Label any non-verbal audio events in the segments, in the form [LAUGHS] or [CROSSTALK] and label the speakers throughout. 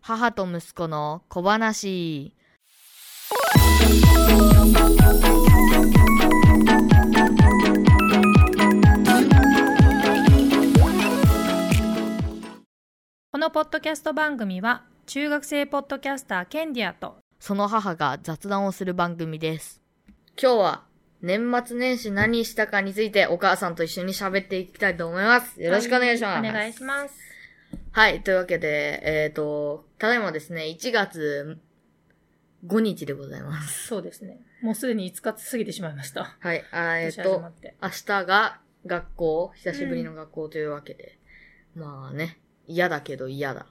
Speaker 1: 母と息子の小話。
Speaker 2: このポッドキャスト番組は中学生ポッドキャスターケンディアと
Speaker 1: その母が雑談をする番組です。今日は年末年始何したかについてお母さんと一緒に喋っていきたいと思います。よろしくお願いします。
Speaker 2: お願いします。
Speaker 1: はい、というわけで、えっ、と、ただいまですね、1月5日でございます。
Speaker 2: そうですね。もうすでに5日過ぎてしまいました。
Speaker 1: はい、あーえっ、
Speaker 2: 年始
Speaker 1: と
Speaker 2: 始ま、って。
Speaker 1: 明日が学校、久しぶりの学校というわけで、まあね、嫌だけど嫌だ。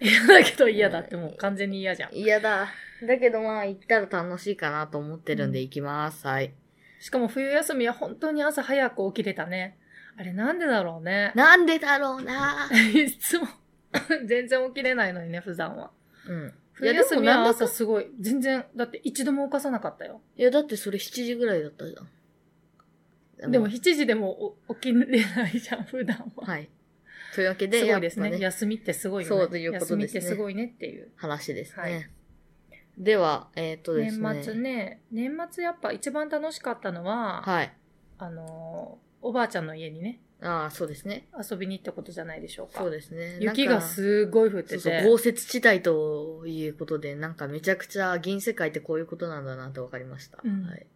Speaker 2: 嫌だけど嫌だってもう完全に嫌じゃん。
Speaker 1: 嫌だ。だけどまあ行ったら楽しいかなと思ってるんで行きます。はい。
Speaker 2: しかも冬休みは本当に朝早く起きれたね。あれなんでだろうね。
Speaker 1: なんでだろうな
Speaker 2: いつも全然起きれないのにね、普段は。
Speaker 1: うん。いや
Speaker 2: 冬
Speaker 1: でも
Speaker 2: 休み
Speaker 1: な
Speaker 2: は
Speaker 1: んだ
Speaker 2: 朝
Speaker 1: か
Speaker 2: すごい。全然、だって一度も起こさなかったよ。
Speaker 1: いやだってそれ7時ぐらいだったじゃん。
Speaker 2: でも7時でもお起きれないじゃん、普段は。
Speaker 1: はい。というわけで、
Speaker 2: すごいです
Speaker 1: やっ
Speaker 2: ね。
Speaker 1: ぱ
Speaker 2: 休みってすごいよね。
Speaker 1: そうということですね
Speaker 2: 休みってすごいねっていう。
Speaker 1: 話ですね。
Speaker 2: はい
Speaker 1: では、えっ、とですね。
Speaker 2: 年末ね、年末やっぱ一番楽しかったのは、
Speaker 1: はい。
Speaker 2: あのー、おばあちゃんの家にね、
Speaker 1: ああ、そうですね。
Speaker 2: 遊びに行ったことじゃないでしょうか。
Speaker 1: そうですね。
Speaker 2: 雪が
Speaker 1: っ
Speaker 2: すごい降って
Speaker 1: そ
Speaker 2: て。
Speaker 1: うそう、豪雪地帯ということで、なんかめちゃくちゃ銀世界ってこういうことなんだなって分かりました。
Speaker 2: うん
Speaker 1: はい。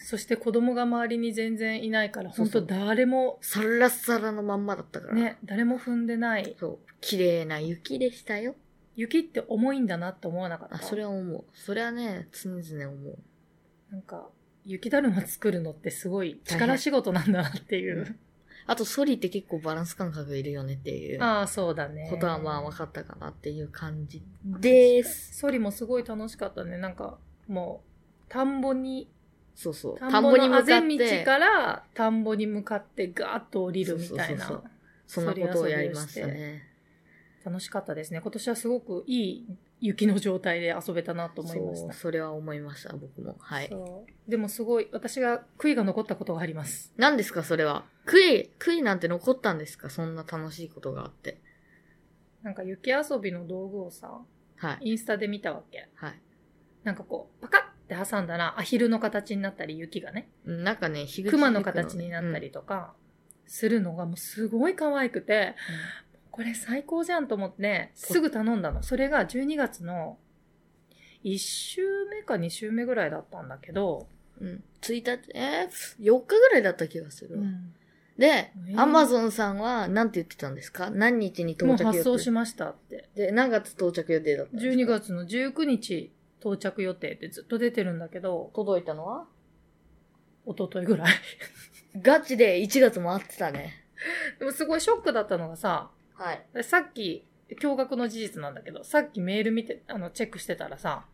Speaker 2: そして子供が周りに全然いないから、
Speaker 1: そう
Speaker 2: 本
Speaker 1: そう
Speaker 2: 当誰も、
Speaker 1: サラッサラのまんまだったから。
Speaker 2: ね、誰も踏んでない。
Speaker 1: そう。綺麗な雪でしたよ。
Speaker 2: 雪って重いんだなって思わなかった。
Speaker 1: あ、それは思う。それはね、常々思う。
Speaker 2: なんか、雪だるま作るのってすごい
Speaker 1: 大変
Speaker 2: 力仕事なんだなっていう。
Speaker 1: あと、ソリって結構バランス感覚いるよねっていう
Speaker 2: ああ、そうだね。
Speaker 1: ことはまあ分かったかなっていう感じです。
Speaker 2: ソリもすごい楽しかったね。なんか、もう、田んぼに、
Speaker 1: そうそう。
Speaker 2: 田んぼに向か
Speaker 1: 田んぼに向
Speaker 2: 道
Speaker 1: かって、
Speaker 2: から田んぼに向かってガーッと降りるみたいな。
Speaker 1: そうそうそんなことをやりましたね。
Speaker 2: 楽しかったですね。今年はすごくいい雪の状態で遊べたなと思いまし
Speaker 1: そう、
Speaker 2: た。
Speaker 1: それは思いました、僕も。はい。
Speaker 2: そうでもすごい、私が悔いが残ったことがあります。
Speaker 1: 何ですか、それは。悔い、悔いなんて残ったんですかそんな楽しいことがあって。
Speaker 2: なんか雪遊びの道具をさ、
Speaker 1: はい。
Speaker 2: インスタで見たわけ。
Speaker 1: はい。
Speaker 2: なんかこう、パカッて挟んだらアヒルの形になったり、雪がね、
Speaker 1: うんなんかね、ひぐ
Speaker 2: 熊の形になったり。とか、するのがもうすごい可愛くて、これ最高じゃんと思って、すぐ頼んだの。それが12月の1週目か2週目ぐらいだったんだけど、
Speaker 1: うん。うん1日、えー、4日ぐらいだった気がするわ。で
Speaker 2: え、ー
Speaker 1: アマゾンさんは何て言ってたんですか何日に到
Speaker 2: もう
Speaker 1: 着予定
Speaker 2: 発送しましたって。
Speaker 1: で、何月到着予定だったんですか
Speaker 2: 12。月の19日到着予定ってずっと出てるんだけど、
Speaker 1: 届いたのは
Speaker 2: 一昨日ぐらい。 [LAUGHS]
Speaker 1: ガチで1月も会ってたね。
Speaker 2: でもすごいショックだったのがさ、
Speaker 1: はい。
Speaker 2: さっき、驚愕の事実なんだけど、さっきメール見て、あの、チェックしてたらさ、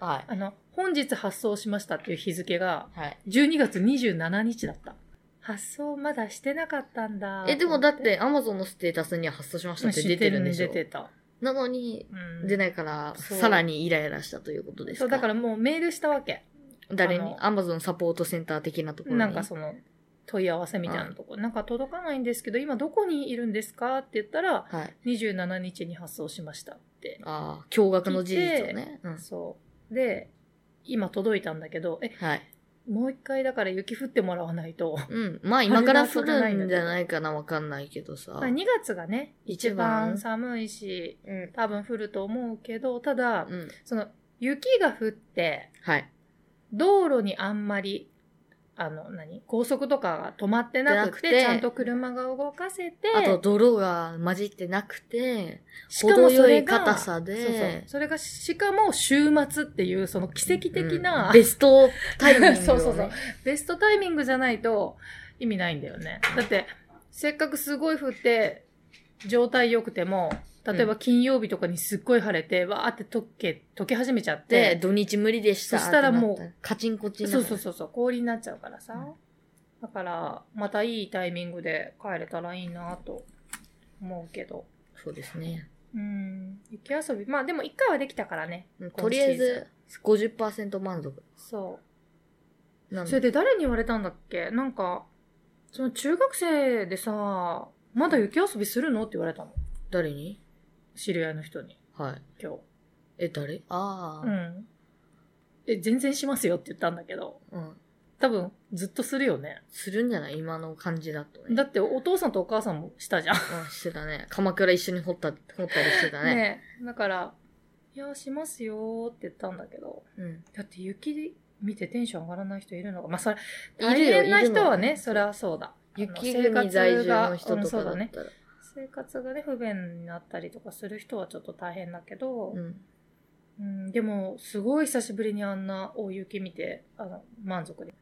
Speaker 1: はい。
Speaker 2: あの、本日発送しましたっていう日付が、
Speaker 1: はい。
Speaker 2: 12月27日だった。発送まだしてなかったんだ。
Speaker 1: え、でもだって、アマゾンのステータスには発送しました
Speaker 2: と思
Speaker 1: っ
Speaker 2: ってて、
Speaker 1: 出てるんでしょ
Speaker 2: 知って出てた。
Speaker 1: なのに、
Speaker 2: うん
Speaker 1: 出ないから、
Speaker 2: そう
Speaker 1: さらにイライラしたということですか
Speaker 2: そう、だからもうメールしたわけ。
Speaker 1: 誰に
Speaker 2: あ
Speaker 1: アマゾンサポートセンター的なところに。
Speaker 2: なんかその、問い合わせみたいなとこ。なんか届かないんですけど、今どこにいるんですかって言ったら、
Speaker 1: はい。
Speaker 2: 27日に発送しましたって。
Speaker 1: ああ、驚愕の事実をね。うん。
Speaker 2: そう。で、今届いたんだけど、え、
Speaker 1: はい。
Speaker 2: もう一回だから雪降ってもらわないと。
Speaker 1: うん。まあ今から降
Speaker 2: あれが遊べないん
Speaker 1: る
Speaker 2: だ
Speaker 1: ん
Speaker 2: け
Speaker 1: じ
Speaker 2: ど
Speaker 1: ゃないかな、わかんないけどさ。
Speaker 2: まあ2月がね、
Speaker 1: 一
Speaker 2: 一
Speaker 1: 番
Speaker 2: 番寒いし、
Speaker 1: うん。
Speaker 2: 多分降ると思うけど、ただ、
Speaker 1: うん。
Speaker 2: その、雪が降って、
Speaker 1: はい。
Speaker 2: 道路にあんまり、あの、何高速とかが止まってなくて、
Speaker 1: じ
Speaker 2: ち
Speaker 1: ゃな
Speaker 2: ゃ
Speaker 1: くて
Speaker 2: んと車が動かせて、
Speaker 1: あと、泥が混じってなくて、
Speaker 2: しか
Speaker 1: 程
Speaker 2: もそ
Speaker 1: よ
Speaker 2: れ
Speaker 1: い
Speaker 2: が、
Speaker 1: 硬さで
Speaker 2: そうそうそれが、しかも週末っていう、その奇跡的な、
Speaker 1: うん
Speaker 2: ベ
Speaker 1: ベストタイ [LAUGHS] ミングをね。
Speaker 2: そうそうそうストタイミングじゃないと意味ないんだよね。だって、せっかくすごい降って、状態良くても、例えば金曜日とかにすっごい晴れて、わーって溶け、溶け始めちゃっ
Speaker 1: で、
Speaker 2: て、
Speaker 1: 土日無理でした。
Speaker 2: そしたらもう
Speaker 1: ってなった、カチンコチンだ
Speaker 2: そうそうそうそう、氷になっちゃうからさ。
Speaker 1: うん
Speaker 2: だから、またいいタイミングで帰れたらいいなと思うけど。
Speaker 1: そうですね。
Speaker 2: うん、雪遊び。まあでも一回はできたからね。
Speaker 1: うんと
Speaker 2: 今シ
Speaker 1: り
Speaker 2: ー
Speaker 1: あ
Speaker 2: ズ
Speaker 1: え
Speaker 2: ン
Speaker 1: ず、50%満足。
Speaker 2: そう。
Speaker 1: なの
Speaker 2: それで誰に言われたんだっけなんか、その中学生でさ、まだ雪遊びするのって言われたの。
Speaker 1: 誰に
Speaker 2: 知り合いの人に。
Speaker 1: はい。
Speaker 2: 今日。
Speaker 1: え、誰あ
Speaker 2: う
Speaker 1: あ。
Speaker 2: ん。え、全然しますよって言ったんだけど、
Speaker 1: うん。
Speaker 2: 多分ずっとするよね。
Speaker 1: するんじゃない今の感じだとね。
Speaker 2: だってお父さんとお母さんもしたじゃん。
Speaker 1: うん、してたね。鎌倉一緒に掘った、掘ったりしてたね。
Speaker 2: ねえだから、いや、しますよって言ったんだけど、
Speaker 1: うん。
Speaker 2: だって雪見てテンション上がらない人いるのか。まあ、それ、
Speaker 1: いるよ
Speaker 2: 大変ない
Speaker 1: るの
Speaker 2: 人はね、そりゃそうだ。
Speaker 1: 雪
Speaker 2: あの
Speaker 1: 国在住の人
Speaker 2: うん
Speaker 1: と
Speaker 2: そ
Speaker 1: か
Speaker 2: う
Speaker 1: だ
Speaker 2: だ
Speaker 1: っ
Speaker 2: ね。
Speaker 1: たら。
Speaker 2: 生活がね、不便になったりとかする人はちょっと大変だけど、
Speaker 1: うん。
Speaker 2: うん、でも、すごい久しぶりにあんな大雪見て、あの、満足で。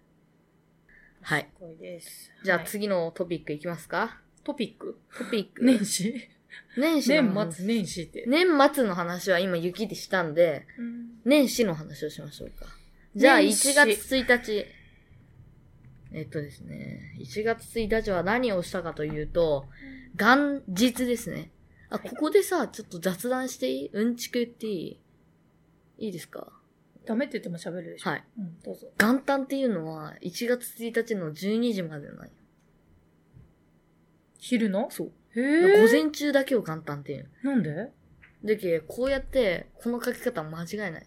Speaker 1: はい。
Speaker 2: すごいです。
Speaker 1: じゃあ
Speaker 2: はい
Speaker 1: 次のトピックいきますか
Speaker 2: トピック
Speaker 1: トピック。
Speaker 2: 年始
Speaker 1: 年始の
Speaker 2: 年
Speaker 1: 話。
Speaker 2: 末年始って。
Speaker 1: 年末の話は今雪でしたんで、
Speaker 2: うん
Speaker 1: 年始の話をしましょうか。じゃあ1
Speaker 2: 年始
Speaker 1: 月1日。えっとですね。1月1日は何をしたかというと、元日ですね。あ、
Speaker 2: はい
Speaker 1: ここでさ、ちょっと雑談していいうんちく言っていいいいですか
Speaker 2: ダメって言っても喋るでしょ。
Speaker 1: はい。
Speaker 2: うん、どうぞ。
Speaker 1: 元旦っていうのは、1月1日の12時までなんよ。
Speaker 2: 昼の
Speaker 1: そう。
Speaker 2: へ
Speaker 1: 午
Speaker 2: え。
Speaker 1: 前中だけを元旦っていう。
Speaker 2: なんで
Speaker 1: でけ、こうやって、この書き方間違いない。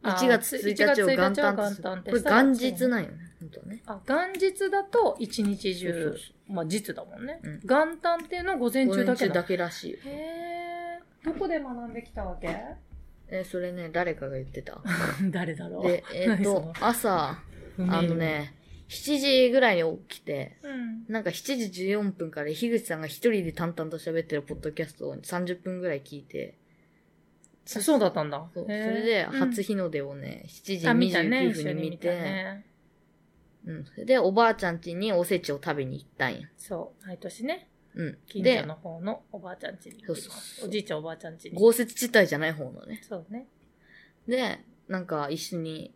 Speaker 2: あ
Speaker 1: 1月1日を元旦とする。これ元日なんよね。本当はね。
Speaker 2: あ、元日だと一日中、
Speaker 1: そうそうそ
Speaker 2: まあ実だもんね。
Speaker 1: うん
Speaker 2: 元旦っていうのは午前
Speaker 1: 午
Speaker 2: 中だ
Speaker 1: 前
Speaker 2: け
Speaker 1: 中
Speaker 2: だ。
Speaker 1: だけらしい。
Speaker 2: へーどこで学んできたわ
Speaker 1: [LAUGHS]
Speaker 2: け
Speaker 1: えーそれね、誰かが言って
Speaker 2: [LAUGHS]
Speaker 1: た。
Speaker 2: 誰だろう。
Speaker 1: で、えっ、
Speaker 2: 何そ
Speaker 1: と
Speaker 2: の、
Speaker 1: 朝、
Speaker 2: 不明
Speaker 1: あのね、7時ぐらいに起きて、
Speaker 2: うん。
Speaker 1: なんか7時14分から樋口さんが一人で淡々と喋ってるポッドキャストを30分ぐらい聞いて、
Speaker 2: あそうだったんだ。
Speaker 1: そうそ
Speaker 2: へー
Speaker 1: れで初
Speaker 2: うん
Speaker 1: 日の出をね、7時
Speaker 2: あ見たね
Speaker 1: 29
Speaker 2: 一緒
Speaker 1: 分に見て、
Speaker 2: たね
Speaker 1: うん。それで、おばあちゃん家におせちを食べに行ったんや。
Speaker 2: そう、毎年ね、
Speaker 1: うん。
Speaker 2: 近所
Speaker 1: で、
Speaker 2: の方のおばあちゃん家に行きます。
Speaker 1: そうそうそう
Speaker 2: おじいちゃんおばあちゃん家に。
Speaker 1: 豪雪地帯じゃない方のね。
Speaker 2: そうね。
Speaker 1: で、なんか一緒に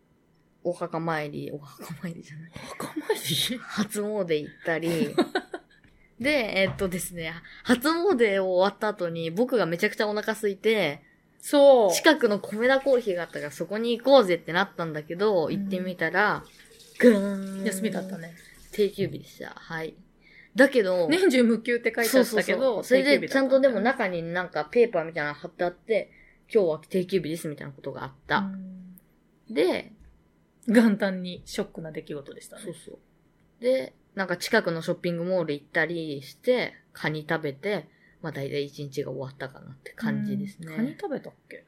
Speaker 1: お墓参り、お墓参りじゃない。 [LAUGHS]
Speaker 2: 墓参り
Speaker 1: 初詣行った
Speaker 2: [LAUGHS]
Speaker 1: り、で、えっとですね、初詣を終わった後に僕がめちゃくちゃお腹空いて、
Speaker 2: そう。
Speaker 1: 近くの米田コーヒーがあったからそこに行こうぜってなったんだけど、行ってみたら、ぐらーん。
Speaker 2: 休みだった。ね。
Speaker 1: 定休日でした。はい。だけど、
Speaker 2: 年中無休って書いてあったけど、
Speaker 1: それ
Speaker 2: 定休
Speaker 1: で
Speaker 2: 日
Speaker 1: ち
Speaker 2: だ
Speaker 1: ゃ
Speaker 2: った
Speaker 1: んとでも中になんかペーパーみたいなの貼ってあって、今日は定休日ですみたいなことがあっ
Speaker 2: う
Speaker 1: た。
Speaker 2: ん
Speaker 1: で、
Speaker 2: 元旦にショックな出来事でしたね
Speaker 1: そう。そう。で、なんか近くのショッピングモール行ったりして、カニ食べて、まあ大体一日が終わったかなって感じですね。
Speaker 2: うんカニ食べたっけ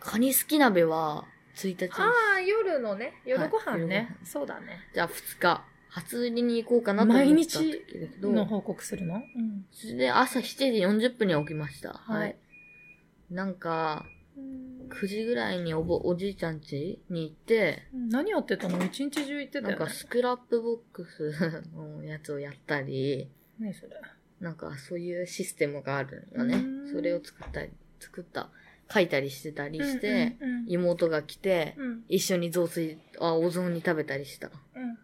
Speaker 1: カニ好き鍋は1日に
Speaker 2: ああ、夜のね、夜ご飯
Speaker 1: はい夜
Speaker 2: ね
Speaker 1: ご。
Speaker 2: そうだね。
Speaker 1: じゃあ2日、初売りに行こうかなと思ったんだけ
Speaker 2: の
Speaker 1: ど、
Speaker 2: 報告するのうん。
Speaker 1: それで朝7時40分に起きました。
Speaker 2: はい
Speaker 1: なんか、9時ぐらいにおぼおじいちゃん家に行って、
Speaker 2: 何やってたの一日中行って
Speaker 1: な
Speaker 2: た
Speaker 1: ん
Speaker 2: よね
Speaker 1: か。スクラップボックスのやつをやったり、
Speaker 2: 何それ。
Speaker 1: なんかそういうシステムがあるのね
Speaker 2: うん。
Speaker 1: それを作ったり、作った、書いたりしてたりして、
Speaker 2: うんうん
Speaker 1: 妹が来て、
Speaker 2: うん、うん
Speaker 1: 一緒に雑炊、あ、お雑煮食べたりした。
Speaker 2: うん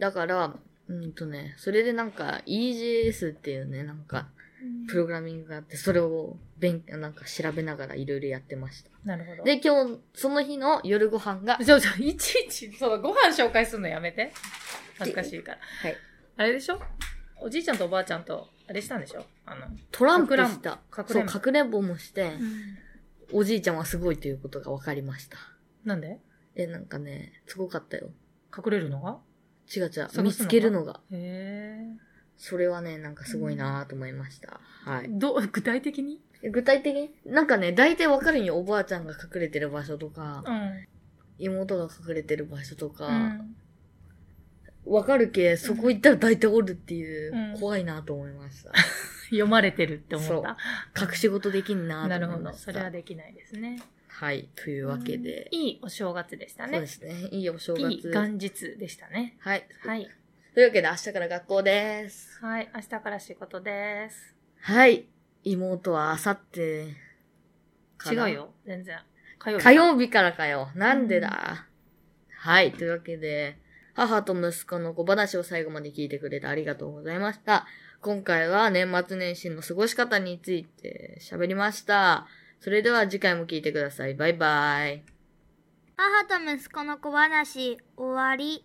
Speaker 1: だから、うんとね、それでなんか EGS っていうね、なんか
Speaker 2: うん
Speaker 1: プログラミングがあって、それを勉なんか調べながらいろいろやってました。
Speaker 2: なるほど。
Speaker 1: で、今日、その日の夜ご飯が、
Speaker 2: じゃあ、じゃあ、いちいち、そう、ご飯紹介するのやめて。恥ずかしいから。
Speaker 1: はい。
Speaker 2: あれでしょおじいちゃんとおばあちゃんと、あれしたんでしょあの、
Speaker 1: トランプした。
Speaker 2: かく
Speaker 1: そ
Speaker 2: れ
Speaker 1: う、
Speaker 2: んぼ
Speaker 1: かくれんぼもして、おじいちゃんはすごいということが分かりました。
Speaker 2: なんで
Speaker 1: え、なんかね、すごかったよ。
Speaker 2: 隠れるのが
Speaker 1: 違う違
Speaker 2: すのが
Speaker 1: う、見つけるのが。
Speaker 2: へ
Speaker 1: それはね、なんかすごいなぁと思いました。は
Speaker 2: え。
Speaker 1: い。
Speaker 2: ど [LAUGHS] う、具体的に
Speaker 1: え具体的になんかね、大体わかるんよ。おばあちゃんが隠れてる場所とか、
Speaker 2: ん。
Speaker 1: 妹が隠れてる場所とか、
Speaker 2: うん
Speaker 1: わかるけ、そこ行ったら大体おるっていうう、
Speaker 2: ん
Speaker 1: 怖いなと思いました。
Speaker 2: 読まれてるって思った。
Speaker 1: 隠し事できんな
Speaker 2: な
Speaker 1: と
Speaker 2: る
Speaker 1: 思
Speaker 2: ほ
Speaker 1: い
Speaker 2: ど。
Speaker 1: まし
Speaker 2: そ
Speaker 1: た。
Speaker 2: れはできないですね。
Speaker 1: はい、というわけで。
Speaker 2: うんいいお正月でした
Speaker 1: そうで
Speaker 2: ね。
Speaker 1: すね。いいお正月。
Speaker 2: いい元日でしたね。
Speaker 1: はい。
Speaker 2: はい。
Speaker 1: というわけで、明日から学校です。
Speaker 2: はい。明日から仕事です。
Speaker 1: はい。妹は明後日か
Speaker 2: 違
Speaker 1: な
Speaker 2: う。よ。全然。火曜日。
Speaker 1: 火曜日からかよ。なんでだ。はい。というわけで、母と息子の小話を最後まで聞いてくれてありがとうございました。今回は年末年始の過ごし方について喋りました。それでは次回も聞いてください。バイバイ。
Speaker 3: 母と息子の小話終わり